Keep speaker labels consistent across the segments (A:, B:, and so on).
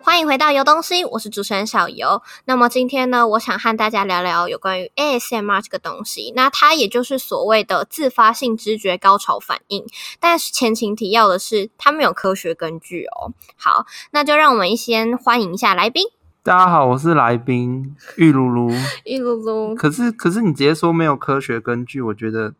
A: 欢迎回到游东西，我是主持人小游。那么今天呢，我想和大家聊聊有关于 ASMR 这个东西。那它也就是所谓的自发性知觉高潮反应，但是前情提要的是，它没有科学根据哦。好，那就让我们先欢迎一下来宾
B: 大家好，我是来宾玉露露。
A: 玉噜噜。
B: 可是，可是你直接说没有科学根据，我觉得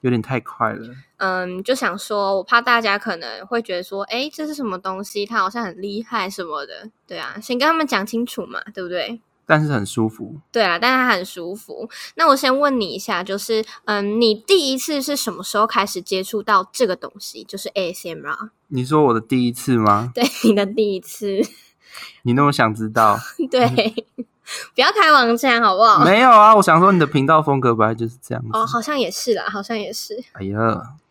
B: 有点太快了。
A: 嗯，就想说，我怕大家可能会觉得说，诶，这是什么东西？它好像很厉害什么的。对啊，先跟他们讲清楚嘛，对不对？
B: 但是很舒服。
A: 对啊，但它很舒服。那我先问你一下，就是嗯，你第一次是什么时候开始接触到这个东西？就是 ASMR，
B: 你说我的第一次 吗？
A: 对你的第一次，
B: 你那么想知道？
A: 对，不要开黄腔好不好？
B: 没有啊，我想说你的频道风格本来就是这样子。
A: 哦哦，好像也是啦，好像也是。
B: 哎呀，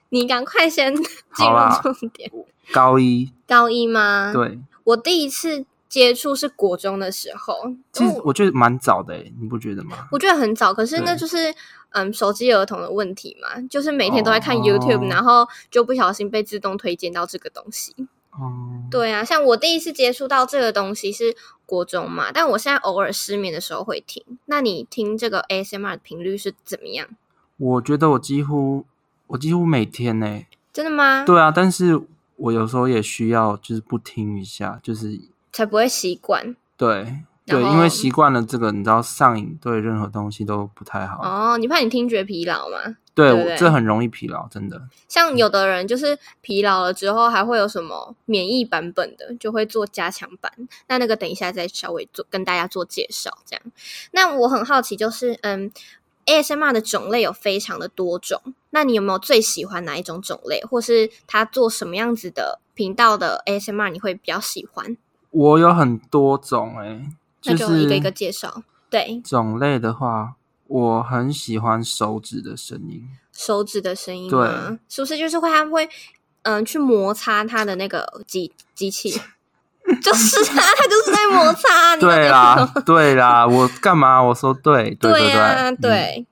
A: 你赶快先 进
B: 好啦
A: 入重点。
B: 高一
A: 高一吗？，
B: 对，
A: 我第一次接触是国中的时候，
B: 其
A: 因
B: 实
A: 为
B: 我觉得蛮早的、欸，你不觉得吗？
A: 我觉得很早，可是那
B: 对
A: 就是嗯，手机儿童的问题嘛，就是每天都在看
B: 哦
A: YouTube，、然后就不小心被自动推荐到这个东西。
B: 哦，
A: 对啊，像我第一次接触到这个东西是国中嘛，但我现在偶尔失眠的时候会听。那你听这个 ASMR 的频率是怎么样？
B: 我觉得我几乎我几乎每天呢、
A: 真的吗？，
B: 对啊，但是我有时候也需要就是不听一下，就是
A: 才不会习惯
B: 对
A: 然
B: 对，
A: 后
B: 因为习惯了这个，你知道上瘾对任何东西都不太好。
A: 哦。你怕你听觉疲劳吗？
B: 对，
A: 对不
B: 我
A: 对
B: 这很容易疲劳，真的。
A: 像有的人就是疲劳了之后，还会有什么免疫版本的，就会做加强版。那那个等一下再稍微做跟大家做介绍，这样。那我很好奇，就是嗯，ASMR 的种类有非常的多种，那你有没有最喜欢哪一种种类，或是他做什么样子的频道的 ASMR 你会比较喜欢？
B: 我有很多种哎、
A: 那
B: 是
A: 就一个一个介绍。对，
B: 种类的话，我很喜欢手指的声 音。
A: 手指的声音
B: 对
A: 吗？是不是就是会他会嗯去摩擦它的那个机机器？ 就是啊，它就是在摩擦。你有
B: 对
A: 没有
B: 啦，对啦，我干嘛？我说对，
A: 哎对
B: 对对
A: 呀、
B: 嗯
A: 对，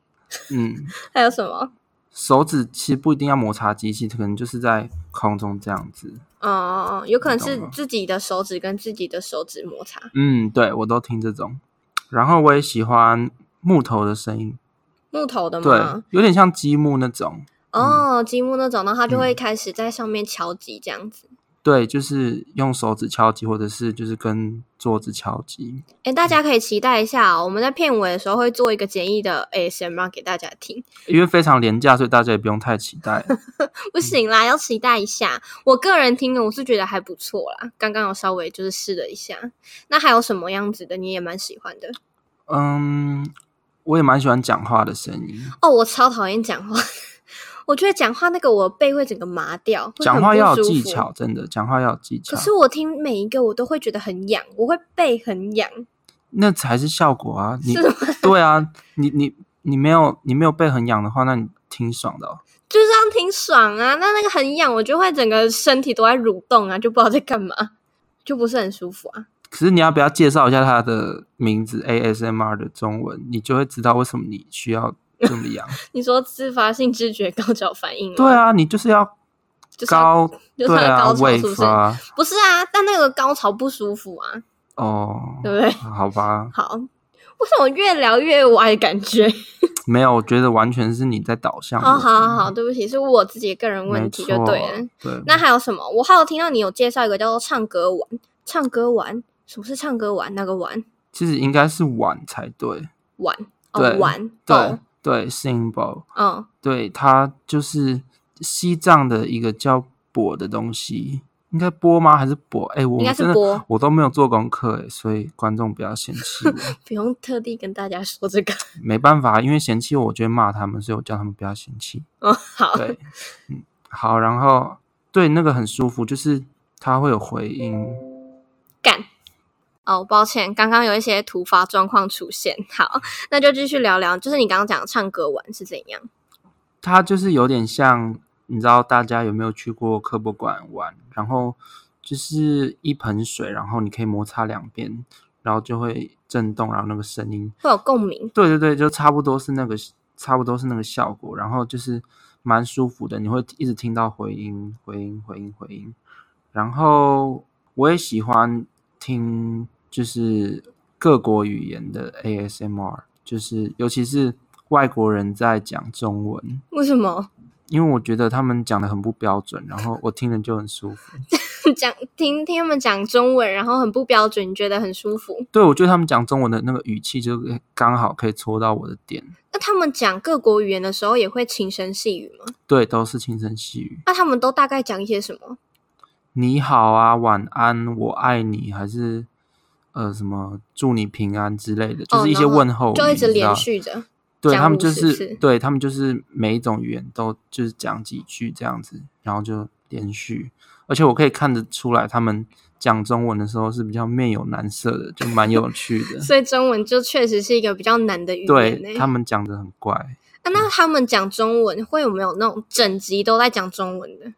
B: 嗯
A: 还有什么？
B: 手指其实不一定要摩擦机器，可能就是在空中这样子。
A: 哦、有可能
B: 你
A: 是
B: 懂吗
A: 自己的手指跟自己的手指摩擦，
B: 嗯，对我都听这种。然后我也喜欢木头的声音，
A: 木头的
B: 对嗯
A: 吗？，
B: 有点像积木那种。
A: 哦，积木那种，然后它就
B: 嗯
A: 会开始在上面敲击这样子。
B: 对，就是用手指敲击，或者是就是跟桌子敲击。
A: 哎，大家可以期待一下、哦，我们在片尾的时候会做一个简易的 ASMR 给大家听。
B: 因为非常廉价，所以大家也不用太期待。
A: 不行啦，要期待一下。我个人听的，我是觉得还不错啦。刚刚有稍微就是试了一下。那还有什么样子的你也蛮喜欢的？
B: 嗯，我也蛮喜欢讲话的声音，
A: 哦，我超讨厌讲话，我觉得讲话那个我的背会整个麻掉，会
B: 讲
A: 很
B: 话
A: 不
B: 要有
A: 舒
B: 技
A: 服
B: 巧，真的，讲话要有技巧
A: 可，是我听每一个我都会觉得很痒，我会背很痒，
B: 那才是效果啊！你
A: 是吗？
B: 对啊，你你你没有你没有背很痒的话，那你挺爽的、哦。
A: 就是要挺爽啊。那那个很痒，我就会整个身体都在蠕动啊，就不知道在干嘛，就不是很舒服啊。
B: 可是你要不要介绍一下它的名字 ASMR 的中文，你就会知道为什么你需要这么 痒。
A: 你说自发性知觉高 潮反应吗？
B: 对，啊，你就是要
A: 就是要
B: 高，
A: 就是
B: 对
A: 要
B: 啊
A: 高潮是不是
B: ，wave 啊，
A: 不是啊，但那个高潮不舒服啊，
B: 哦，
A: 对不对？
B: 好吧，
A: 好，为什么越聊越歪？感觉
B: 没有，我觉得完全是你在导向我。
A: 哦，好好好，对不起，是我自己个人
B: 没
A: 问
B: 错，
A: 题就对了。
B: 对
A: 那还有什么？我还有听到你有介绍一个叫做唱歌丸，唱歌丸，什么是唱歌丸？那个丸
B: 其实应该是碗才对，
A: 丸哦
B: 对
A: 丸
B: 对、
A: 哦
B: 对，symbol，
A: 嗯
B: 对，它就是西藏的一个叫钵的东西，应该钵吗？还是钵？哎，我
A: 应该
B: 真
A: 是
B: 的
A: 钵，
B: 我都没有做功课哎，所以观众不要嫌 弃我，
A: 不用特地跟大家说这个。
B: 没办法，因为嫌弃我，我就会骂他们，所以我叫他们不要嫌弃。
A: 哦，好，
B: 对，嗯，好，然后对那个很舒服，就是它会有回音，
A: 干。哦，抱歉，刚刚有一些突发状况出现。好，那就继续聊聊，就是你刚刚讲的唱歌丸是怎样？
B: 它就是有点像，你知道大家有没有去过科博馆玩？然后就是一盆水，然后你可以摩擦两边，然后就会震动，然后那个声音，
A: 会有共鸣。
B: 对对对，就差不多是那个差不多是那个效果，然后就是蛮舒服的，你会一直听到回音、回音、回音、回音。然后我也喜欢听，就是各国语言的 ASMR，就是尤其是外国人在讲中文，
A: 为什么
B: 因为我觉得他们讲的很不标准，然后我听了就很舒服。
A: 讲听听他们讲中文，然后很不标准，你觉得很舒服？
B: 对，我觉得他们讲中文的那个语气就刚好可以戳到我的点。
A: 那他们讲各国语言的时候也会轻声细语吗？
B: 对，都是轻声细语。
A: 那他们都大概讲一些什么？
B: 你好啊，晚安，我爱你，还是呃什么祝你平安之类的，就是一些
A: 哦然后
B: 问候语，
A: 就一直
B: 你知道
A: 连续着。
B: 对
A: 讲
B: 他们就
A: 50
B: 是
A: 次
B: 对他们就是每一种语言都就是讲几句这样子，然后就连续，而且我可以看得出来，他们讲中文的时候是比较面有难色的，就蛮有趣的。
A: 所以中文就确实是一个比较难的语言
B: 对
A: 呢、
B: 他们讲的很怪，
A: 啊那他们讲中文会有没有那种整集都在讲中文的？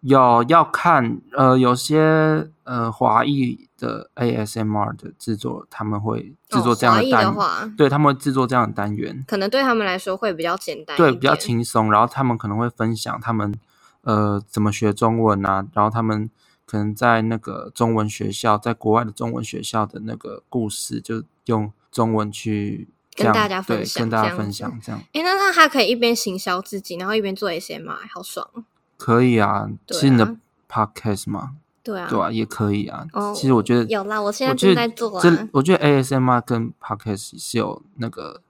B: 有要看呃有些呃华裔的 ASMR 的制作，他们会制作这样
A: 哦、华
B: 的
A: 裔
B: 单
A: 的
B: 元，
A: 话，
B: 对他们会制作这样的单元，
A: 可能对他们来说会比较简单一点，
B: 对，比较轻松。然后他们可能会分享他们呃怎么学中文啊，然后他们可能在那个中文学校，在国外的中文学校的那个故事，就用中文去这
A: 跟
B: 样
A: 大家分
B: 对
A: 享
B: 跟大
A: 这
B: 家
A: 样
B: 分
A: 子
B: 享这样
A: 诶，那那他可以一边行销自己，然后一边做 ASMR，好爽哦！
B: 可以啊，
A: 对
B: 是你的
A: 啊
B: podcast 嘛，
A: 对啊，
B: 对啊，也可以啊。
A: 哦
B: 其实我觉得
A: 有啦我现在
B: 我觉得
A: 正在做啊
B: 这我觉得 ASMR 跟 podcast 是有那个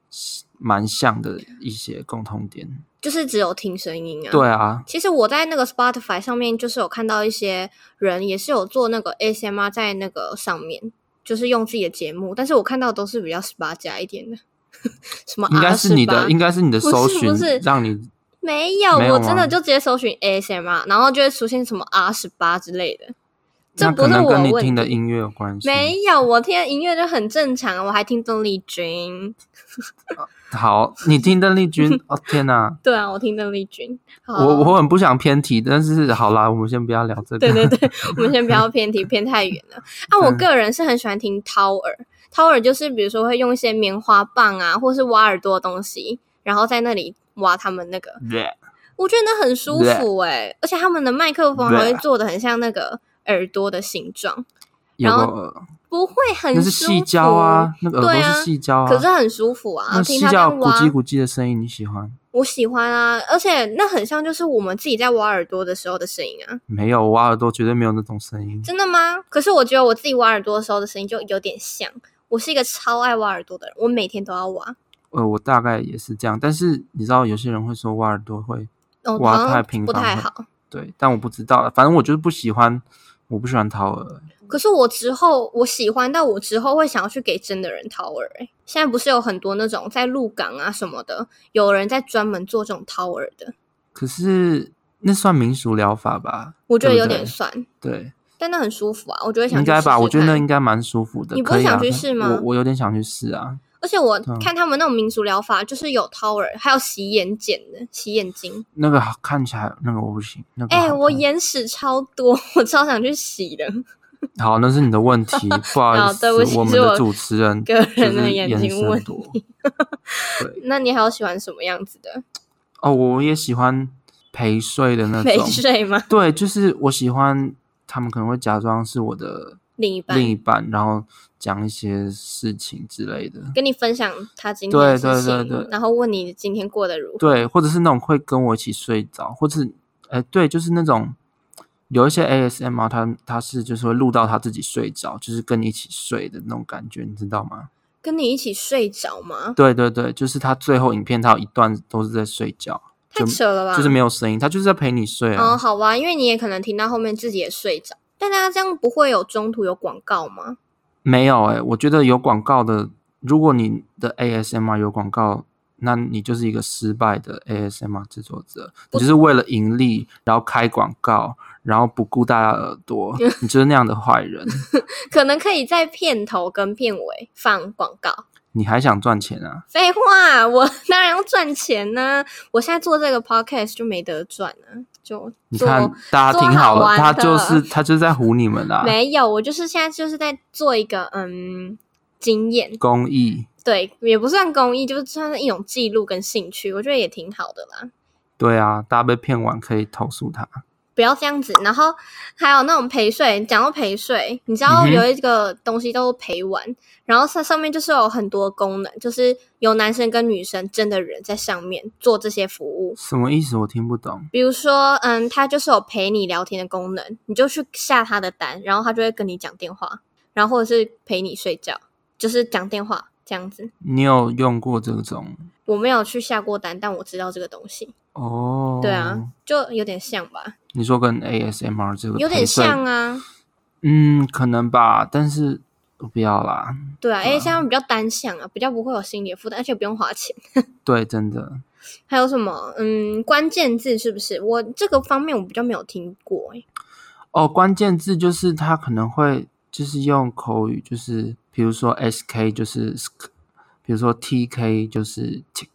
B: 蛮像的一些共同点。
A: 就是只有听声音啊。
B: 对啊，
A: 其实我在那个 Spotify 上面，就是有看到一些人也是有做那个 ASMR 在那个上面，就是用自己的节目，但是我看到都是比较十八加一点的，什么
B: 应该
A: R
B: 是你
A: 18
B: 的，应该是你的
A: 啊不
B: 搜
A: 是不
B: 寻
A: 是
B: 让你
A: 没有，
B: 没有
A: 我真
B: 吗
A: 的就直接搜寻 ASMR，然后就会出现什么 R 十八之类的，这
B: 那
A: 不
B: 可
A: 是
B: 能
A: 我
B: 跟你
A: 问
B: 听的
A: 题
B: 音乐有关系。
A: 没有，我听的音乐就很正常，我还听邓丽君。
B: 好，你听邓 丽君，哦天哪，
A: 对啊，我听邓丽君。好
B: 我我很不想偏题，但是好啦，我们先不要聊 这个。
A: 对对对，我们先不要偏 题，偏太远了。啊，我
B: 嗯
A: 个人是很喜欢听掏耳，掏耳就是比如说会用一些棉花棒啊，或是挖耳朵的东西，然后在那里挖他们那个，
B: 对
A: 我觉得那很舒服哎、而且他们的麦克风还会做的很像那个耳朵的形状，
B: 有
A: 然后
B: 个
A: 不会很
B: 那
A: 舒服
B: 是细胶啊，那个耳
A: 对
B: 朵
A: 啊
B: 是细胶啊，
A: 可是很舒服啊，
B: 那
A: 听
B: 细
A: 它这
B: 胶
A: 样
B: 咕
A: 挖
B: 叽咕叽的声音你喜欢？
A: 我喜欢啊，而且那很像就是我们自己在挖耳朵的时候的声音啊，
B: 没有，我耳朵绝对没有那种声音。
A: 真的吗？可是我觉得我自己挖耳朵的时候的声音就有点像，我是一个超爱挖耳朵的人，我每天都要挖。
B: 呃，我大概也是这样，但是你知道有些人会说挖耳朵会
A: 哦，
B: 挖
A: 好
B: 太
A: 像
B: 频
A: 不
B: 繁
A: 太
B: 会
A: 好。
B: 对，但我不知道，反正我就是不喜欢，我不喜欢掏耳。
A: 可是我之后我喜欢到我之后会想要去给真的人掏耳、欸。现在不是有很多那种在鹿港啊什么的，有人在专门做这种掏耳的，
B: 可是那算民俗疗法吧？
A: 我觉得
B: 对不
A: 有
B: 对
A: 点酸，
B: 对，
A: 但那很舒服啊，我就会想
B: 应
A: 去
B: 该
A: 试
B: 吧？
A: 试
B: 我觉得
A: 看
B: 那应该蛮舒服的。
A: 你不
B: 可以
A: 会想
B: 啊
A: 去
B: 可
A: 试吗
B: 我我有点想去试啊。
A: 而且我
B: 嗯
A: 看他们那种民俗疗法，就是有掏耳，还有洗眼睑的、洗眼睛。
B: 那个好看起来那个我不行，那个
A: 哎、
B: 好
A: 我
B: 看
A: 眼屎超多， 我超想去洗的。
B: 好，那是你的问 题，不好
A: 好
B: 意思，
A: 对不起
B: 我们
A: 是
B: 的
A: 我
B: 主持人
A: 个
B: 就
A: 人的
B: 是
A: 眼
B: 眼
A: 睛
B: 神
A: 问
B: 多
A: 那你还有喜欢什么样子的？
B: 哦，我也喜欢陪睡的 那
A: 没
B: 种，
A: 睡吗？
B: 对，就是我喜欢他们可能会假装是我的
A: 另一半
B: 另一半，然后讲一些事情之类的，
A: 跟你分享他今天的
B: 对
A: 事情，
B: 对对对
A: 然后问你今天过得如何？
B: 对，或者是那种会跟我一起睡着，或者哎、对，就是那种有一些 ASM r 他他是就是会录到他自己睡着，就是跟你一起睡的那种感觉，你知道吗？
A: 跟你一起睡着吗？
B: 对对对，就是他最后影片他有一段都是在睡觉，
A: 太
B: 就
A: 扯了吧！
B: 就是没有声音，他就是在陪你睡啊。
A: 哦，好吧，因为你也可能听到后面自己也睡着，但大家这样不会有中途有广告吗？
B: 没有哎、我觉得有广告的，如果你的 ASMR 有广告，那你就是一个失败的 ASMR 制作者，你就是为了盈利，然后开广告，然后不顾大家耳 朵，你就是那样的坏人，
A: 可能可以在片头跟片尾放广告。
B: 你还想赚钱啊？
A: 废话，我当然要赚钱呢、我现在做这个 podcast 就没得赚啊，就
B: 你
A: 做
B: 看大家
A: 做
B: 听
A: 好
B: 好了，
A: 玩
B: 他
A: 的
B: 就是他就是在唬你们啦、啊
A: 没有，我就是现在就是在做一个嗯经验，
B: 公益，
A: 对，也不算公益，就是算是一种记录跟兴趣，我觉得也挺好的啦。
B: 对啊，大家被骗完可以投诉他。
A: 不要这样子，然后还有那种陪睡，讲到陪睡，你知道
B: 嗯哼
A: 有一个东西叫做陪玩，然后它上面就是有很多功能，就是有男生跟女生真的人在上面做这些服务，
B: 什么意思？我听不懂。
A: 比如说，嗯，它就是有陪你聊天的功能，你就去下他的单，然后他就会跟你讲电话，然后或者是陪你睡觉，就是讲电话这样子。
B: 你有用过这种？
A: 我没有去下过单，但我知道这个东西，
B: 哦，
A: 对啊，，就有点像吧，
B: 你说跟 ASMR 这个
A: 有点
B: 陪睡
A: 像啊。
B: 嗯，可能吧，但是不要啦。
A: 对啊，
B: 对
A: 哎、这样比较单向啊，比较不会有心理的负担，而且不用花钱。
B: 对，真的，
A: 还有什么？嗯，关键字是不是？我这个方面我比较没有听过、欸，
B: 哦，关键字就是他可能会就是用口语，就是比如说 SK 就是 sk，比如说 TK 就是 tick，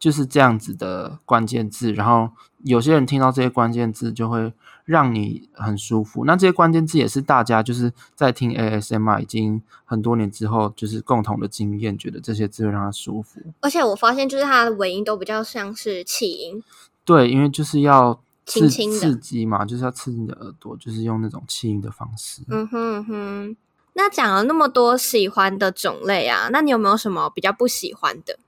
B: 就是这样子的关键字。然后有些人听到这些关键字就会让你很舒服。那这些关键字也是大家就是在听 ASMR 已经很多年之后，就是共同的经验，觉得这些字会让他舒服。
A: 而且我发现就是它的尾音都比较像是气音，
B: 对，因为就是要刺
A: 轻轻的
B: 刺激嘛，就是要刺激你的耳朵，就是用那种气音的方式。
A: 嗯哼嗯哼，那讲了那么多喜欢的种类啊，那你有没有什么比较不喜欢的？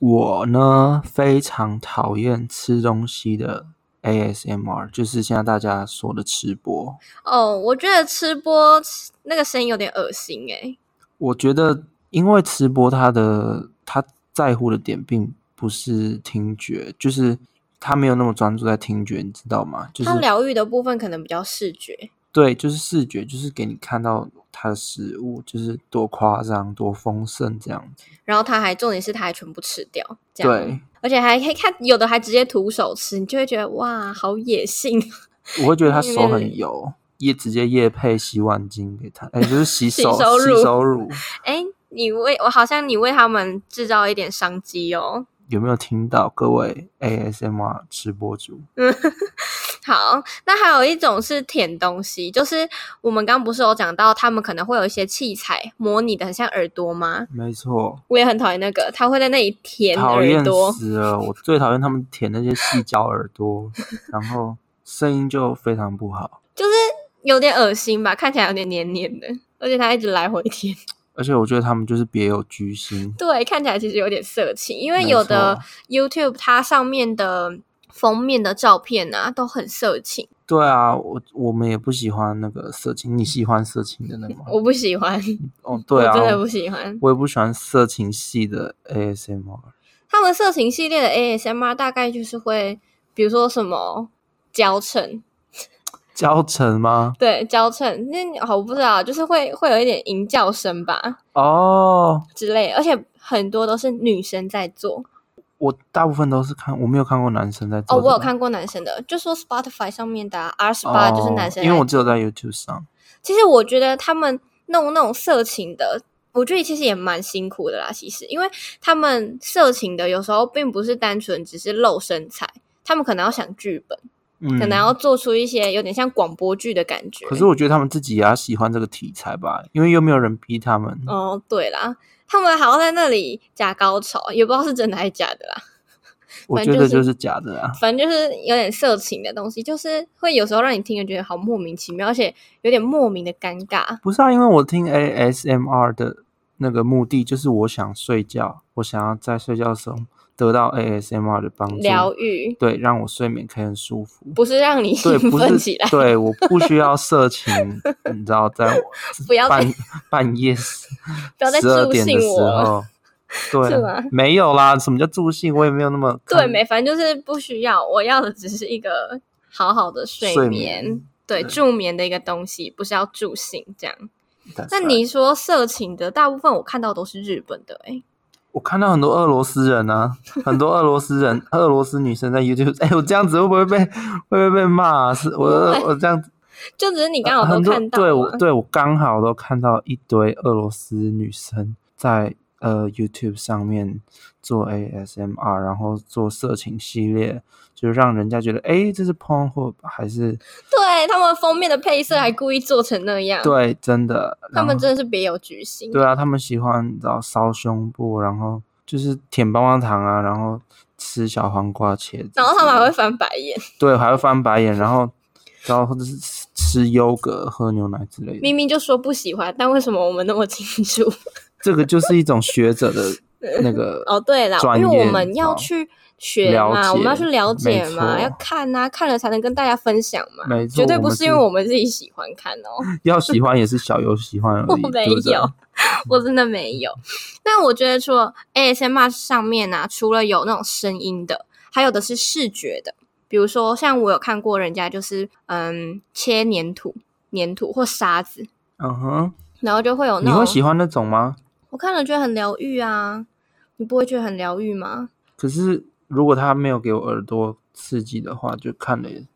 B: 我呢非常讨厌吃东西的 ASMR，就是现在大家说的吃播。
A: 哦，我觉得吃播那个声音有点恶心诶、
B: 我觉得，因为吃播它的它在乎的点并不是听觉，就是他没有那么专注在听觉，你知道吗？就是
A: 它疗愈的部分可能比较视觉。
B: 对，就是视觉，就是给你看到它的食物，就是多夸张、多丰盛这样子。
A: 然后它还重点是它还全部吃掉，这样，
B: 对，
A: 而且还可以看有的还直接徒手吃，你就会觉得哇，好野性，
B: 我会觉得他
A: 因
B: 手
A: 为
B: 很油，也直接夜配洗碗巾给他，哎、就是 洗
A: 洗
B: 手
A: 手乳
B: 洗手乳，
A: 哎，你为我好像你为他们制造一点商机哦。
B: 有没有听到各位 ASMR 直播主？
A: 好，那还有一种是舔东西，就是我们刚不是有讲到，他们可能会有一些器材模拟的很像耳朵吗？
B: 没错，
A: 我也很讨厌那个，他会在那里舔
B: 讨
A: 耳
B: 厌
A: 朵。
B: 死了！我最讨厌他们舔那些细胶耳朵， 然后声音就非常不好。
A: 有点恶心吧，看起来有点黏黏的，而且它一直来回舔，
B: 而且我觉得他们就是别有居心，
A: 对，看起来其实有点色情，因为
B: 没
A: 有的
B: 错
A: YouTube 它上面的封面的照片啊都很色情，
B: 对啊，我我们也不喜欢那个色情，你喜欢色情的那个吗？
A: 我不喜欢，
B: 哦，对啊，
A: 我真的不喜欢。
B: 我也不喜欢色情系的 ASMR。
A: 他们色情系列的 ASMR 大概就是会，比如说什么娇嗔，
B: 教程吗？
A: 对，娇嗔，那好我不知道，就是会会有一点淫叫声吧
B: 哦，
A: 之类，而且很多都是女生在做。
B: 我大部分都是看，我没有看过男生在做
A: 哦，
B: 这个。
A: 我有看过男生的，就说 Spotify 上面的、啊、R 十八就是男生
B: 哦
A: 来。
B: 因为我只有在 YouTube 上。
A: 其实我觉得他们弄那种色情的，我觉得其实也蛮辛苦的啦。其实，因为他们色情的有时候并不是单纯只是露身材，他们可能要想剧本，
B: 嗯，
A: 可能要做出一些有点像广播剧的感觉。
B: 可是我觉得他们自己也要喜欢这个题材吧，因为又没有人逼他们。
A: 哦，对啦，他们好像在那里假高潮，也不知道是真的还是假的啦。
B: 我
A: 反
B: 觉
A: 正
B: 得
A: 就是
B: 就是假的啊。
A: 反正就是有点色情的东西，就是会有时候让你听着觉得好莫名其妙，而且有点莫名的尴尬。
B: 不是啊，因为我听 ASMR 的那个目的就是我想睡觉，我想要在睡觉的时候得到 ASMR 的帮助，
A: 疗愈，
B: 对，让我睡眠可以很舒服。
A: 不是让你
B: 对，
A: 兴
B: 不
A: 奋
B: 是
A: 起来，
B: 对，我不需要 色情，你知道，在我
A: 不要再
B: 半半夜十
A: 不要再
B: 十二
A: 助
B: 点的
A: 兴
B: 时
A: 我了
B: 候，
A: 是
B: 对
A: 吗
B: 啊，没有啦，什么叫助兴？我也没有那么
A: 对，
B: 看
A: 没，反正就是不需要。我要的只是一个好好的睡
B: 睡
A: 眠，
B: 眠
A: 对，
B: 对
A: 助眠的一个东西，不是要助兴这样。
B: that's
A: 那
B: right
A: 你说色情的，大部分我看到都是日本的、欸，
B: 我看到很多俄罗斯人啊，很多俄罗斯人、俄罗斯女生在 YouTube，哎、我 这样子会不会被会不会被骂、啊？是我
A: 不
B: 我这样子
A: 就只是你刚
B: 呃
A: 好
B: 很
A: 都啊
B: 多
A: 看到、
B: 对我对我刚好都看到一堆俄罗斯女生在呃 YouTube 上面做 ASMR，然后做色情系列，就让人家觉得诶这是 Pornhub 还
A: 嗯
B: 是
A: 对他们封面的配色还故意做成那样，
B: 对真的？
A: 他
B: 然后
A: 们真的是别有居心。
B: 对啊，他们喜欢你知道搔胸部，然后就是舔棒棒糖啊，然后吃小黄瓜、茄子之类的，
A: 然后他们还会翻白眼，
B: 对还会翻白眼，然后然后或者是吃吃优格、喝牛奶之类的。
A: 明明就说不喜欢，但为什么我们那么清楚？
B: 这个就是一种学 者的那个
A: 哦，对啦，
B: 专
A: 因为
B: 业
A: 我们
B: 你知道
A: 要去学
B: 了
A: 嘛，
B: 解
A: 我们要去了解嘛，
B: 没错
A: 要看啊，看了才能跟大家分享嘛。
B: 没错
A: 绝对
B: 我
A: 不
B: 们
A: 是因为
B: 是
A: 我们自己喜欢看哦，
B: 要喜欢也是小有喜欢而已，
A: 我没
B: 对不对
A: 有，我真的没有。 那我觉得除了 ASMR 上面啊，除了有那种声音的，还有的是视觉的，比如说像我有看过人家就是嗯切粘土、粘土或沙子，
B: 嗯哼，
A: 然后就会有
B: 你
A: 那
B: 会喜
A: 种，
B: 欢那种吗？
A: 我看了觉得很疗愈啊，你不会觉得很疗愈吗？
B: 可是如果他没有给我耳朵刺激的话，就看了也，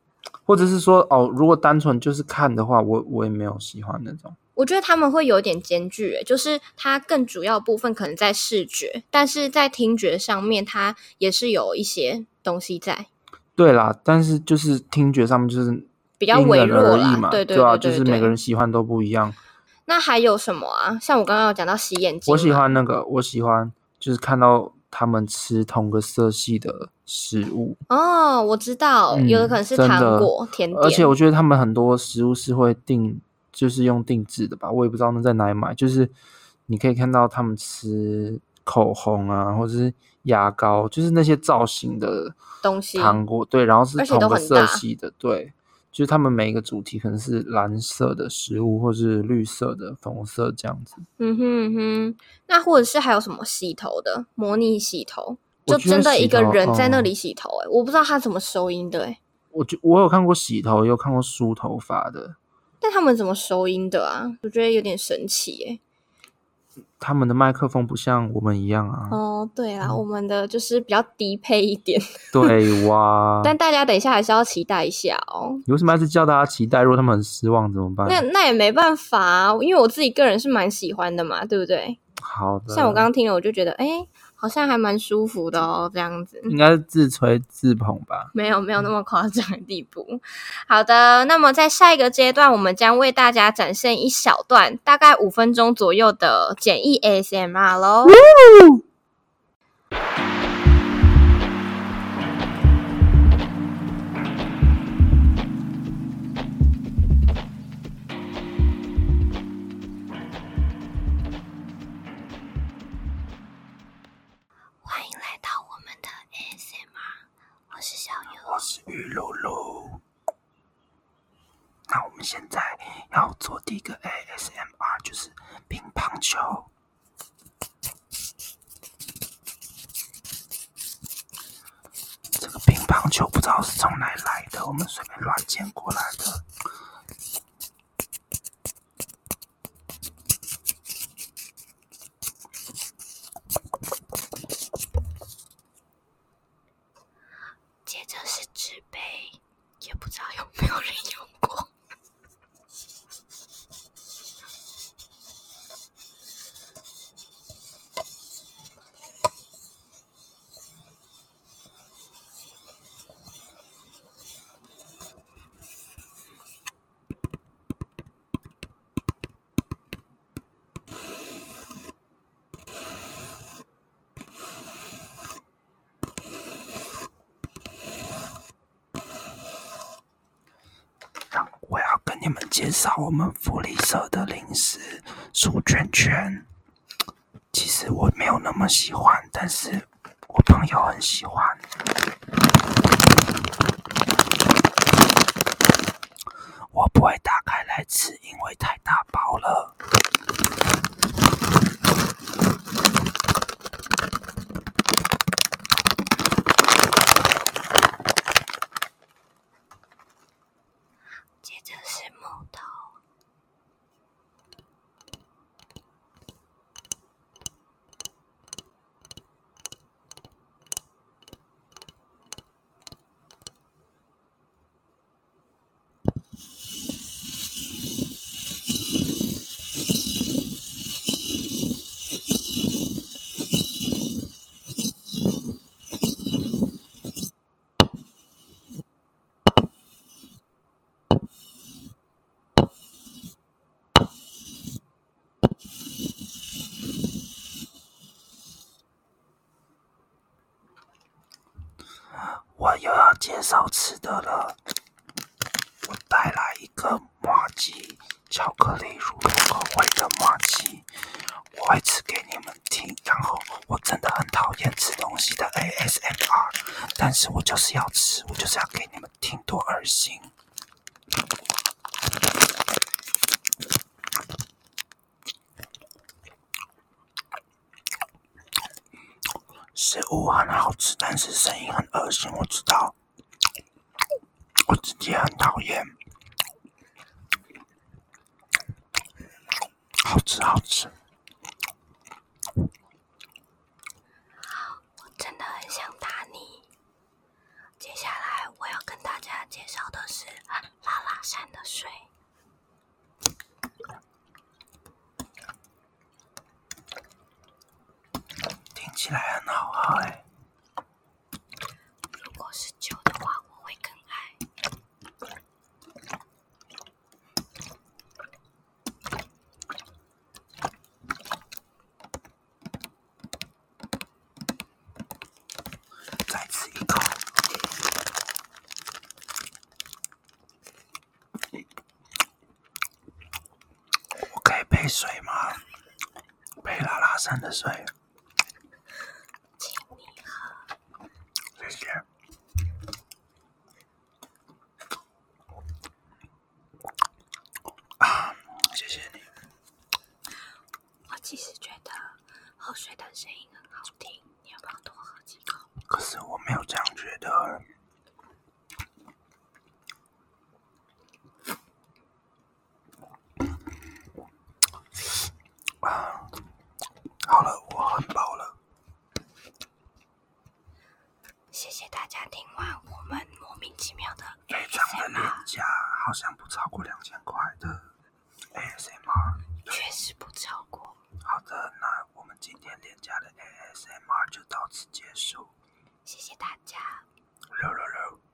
B: 或者是说哦，如果单纯就是看的话，我我也没有喜欢那种。
A: 我觉得他们会有点间距耶，就是它更主要部分可能在视觉，但是在听觉上面，它也是有一些东西在，
B: 对啦，但是就是听觉上面就是
A: 比
B: 因
A: 较微
B: 人
A: 弱啦
B: 而异嘛，。
A: 对对
B: 对啊，
A: 对
B: 就
A: 对
B: 是
A: 对
B: 每个人喜欢都不一样。
A: 那还有什么啊？像我刚刚有讲到洗眼睛，
B: 我喜。欢那个，我喜欢就是看到他们吃同个色系的食物，
A: 哦，我知道，
B: 嗯
A: 有的可能是
B: 真的
A: 糖果、甜点，
B: 而且我觉得他们很多食物是会定，就是用定制的吧，我也不知道那在哪里买。就是你可以看到他们吃口红啊，或者是牙膏，就是那些造型的
A: 东西
B: 糖果，对，然后是
A: 而且
B: 同
A: 都
B: 个
A: 很
B: 色
A: 大
B: 系的，对。就是他们每一个主题可能是蓝色的食物，或是绿色的、粉红色这样子。
A: 嗯哼嗯哼。那或者是还有什么洗头的，模拟洗头，
B: 我
A: 就
B: 觉得
A: 真的一个
B: 洗头
A: 人在那
B: 哦
A: 里洗头、欸，我不知道他怎么收音的、欸，
B: 我就我有看过洗头，也有看过梳头发的，
A: 但他们怎么收音的啊？我觉得有点神奇、欸，
B: 他们的麦克风不像我们一样啊。
A: 哦，对啦，
B: 嗯
A: 我们的就是比较低配一点，
B: 对哇，
A: 但大家等一下还是要期待一下哦。
B: 你为什么要一直叫大家期待？如果他们很失望怎么办？
A: 那那也没办法、啊，因为我自己个人是蛮喜欢的嘛，对不对？
B: 好的，
A: 像我刚刚听了，我就觉得，哎，好像还蛮舒服的哦，这样子。
B: 应该是自吹自捧吧。
A: 没有没有那么夸张的地步。好的，那么在下一个阶段，我们将为大家展现一小段，大概五分钟左右的简易 ASMR 喽。欢迎来到我们的 ASMR，我是小优。
B: 我是玉露露。那我们现在要做第一个 ASMR，就是乒乓球。这个乒乓球不知道是从哪里来的，我们随便乱捡过来的。
A: 接着是纸杯，也不知道有没有人用过。
B: 让我要跟你们介绍我们福利社的零食薯卷卷。其实我没有那么喜欢，但是我朋友很喜欢。我不会打开来吃，因为太大包了。
A: 接着是木头，
B: 我又要介绍吃的了，我带来一个麻吉巧克力乳酪口味的麻吉，我会吃给你们听。然后我真的很讨厌吃东西的 ASMR，但是我就是要吃，我就是要给你们听，多恶心。食物很好吃，但是声音很恶心，我知道，我自己很讨厌。好吃，好吃，
A: 我真的很想打你。接下来我要跟大家介绍的是啊拉拉山的水。
B: 听起来很好喝哎、
A: 如果是酒的话，我会更爱。
B: 再吃一口。我可以配水吗？配拉拉山的水。
A: 请你
B: 谢谢。啊，谢谢你。
A: 我其实觉得喝水的声音很好听，你要不要多喝几口？
B: 可是我没有这样觉得。啊，好了，我很饱了。
A: 谢谢大家听完我们莫名其妙的
B: 非常的廉
A: ASMR，
B: 价，好像不超过两千块的 ASMR。
A: 确实不超过。
B: 好的，那我们今天廉价的 ASMR 就到此结束。
A: 谢谢大家。
B: 六六六。